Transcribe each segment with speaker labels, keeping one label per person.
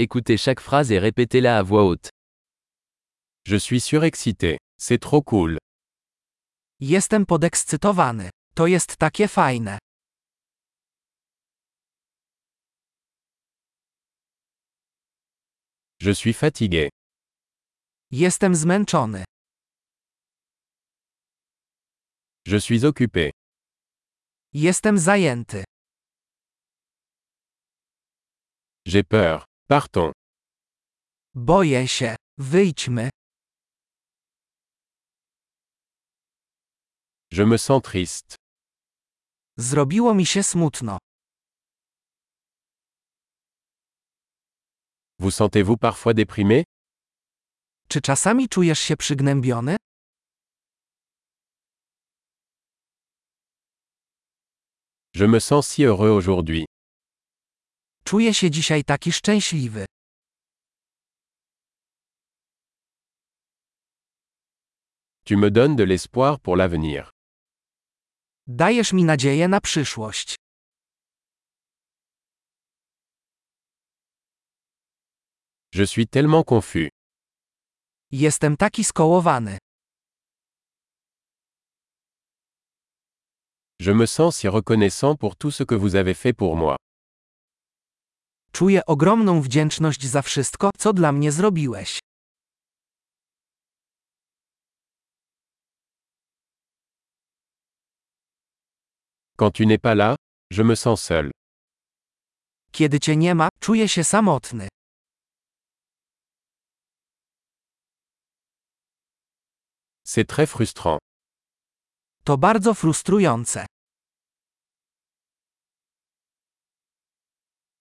Speaker 1: Écoutez chaque phrase et répétez-la à voix haute.
Speaker 2: Je suis surexcité. C'est trop cool.
Speaker 3: Jestem podekscytowany. To jest takie fajne.
Speaker 2: Je suis fatigué.
Speaker 3: Jestem zmęczony.
Speaker 2: Je suis occupé.
Speaker 3: Jestem zajęty.
Speaker 2: J'ai peur. Partons.
Speaker 3: Boję się. Wyjdźmy.
Speaker 2: Je me sens triste.
Speaker 3: Zrobiło mi się smutno.
Speaker 2: Vous sentez-vous parfois déprimé
Speaker 3: Czy czasami czujesz się przygnębiony?
Speaker 2: Je me sens si heureux aujourd'hui.
Speaker 3: Czuję się dzisiaj taki szczęśliwy.
Speaker 2: Tu me donnes de l'espoir pour l'avenir.
Speaker 3: Dajesz mi nadzieję na przyszłość.
Speaker 2: Je suis tellement confus.
Speaker 3: Jestem taki skołowany.
Speaker 2: Je me sens si reconnaissant pour tout ce que vous avez fait pour moi.
Speaker 3: Czuję ogromną wdzięczność za wszystko, co dla mnie zrobiłeś.
Speaker 2: Quand tu n'es pas là, je me sens seul.
Speaker 3: Kiedy cię nie ma, czuję się samotny.
Speaker 2: C'est très frustrant.
Speaker 3: To bardzo frustrujące.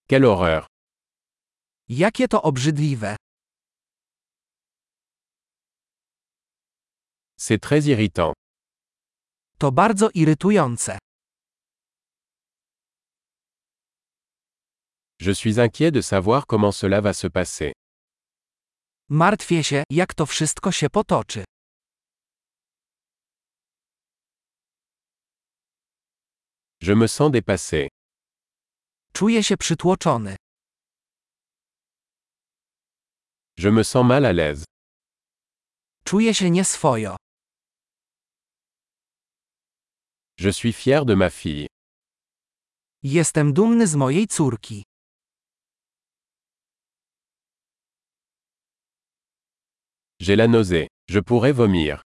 Speaker 2: Quelle horreur.
Speaker 3: Jakie to obrzydliwe.
Speaker 2: C'est très irritant.
Speaker 3: To bardzo irytujące.
Speaker 2: Je suis inquiet de savoir comment cela va se passer.
Speaker 3: Martwię się, jak to wszystko się potoczy.
Speaker 2: Je me sens dépassé.
Speaker 3: Czuję się przytłoczony.
Speaker 2: Je me sens mal à l'aise.
Speaker 3: Czuję się nieswojo.
Speaker 2: Je suis fier de ma fille.
Speaker 3: Jestem dumny z mojej córki.
Speaker 2: J'ai la nausée. Je pourrais vomir.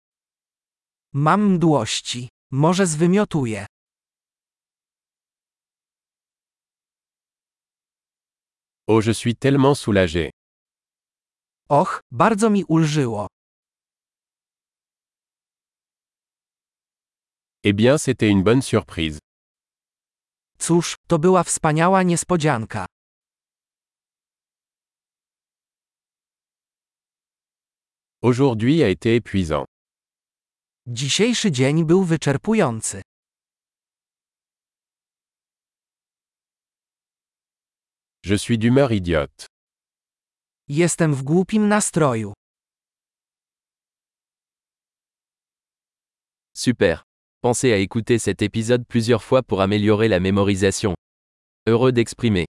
Speaker 3: Mam mdłości. Może zwymiotuję.
Speaker 2: Oh, je suis tellement soulagé.
Speaker 3: Och, bardzo mi ulżyło.
Speaker 2: Eh bien, c'était une bonne surprise.
Speaker 3: Cóż, to była wspaniała niespodzianka.
Speaker 2: Aujourd'hui a été épuisant.
Speaker 3: Dzisiejszy dzień był wyczerpujący.
Speaker 2: Je suis d'humeur idiote.
Speaker 3: Jestem w głupim nastroju.
Speaker 1: Super. Pensez à écouter cet épisode plusieurs fois pour améliorer la mémorisation. Heureux d'exprimer.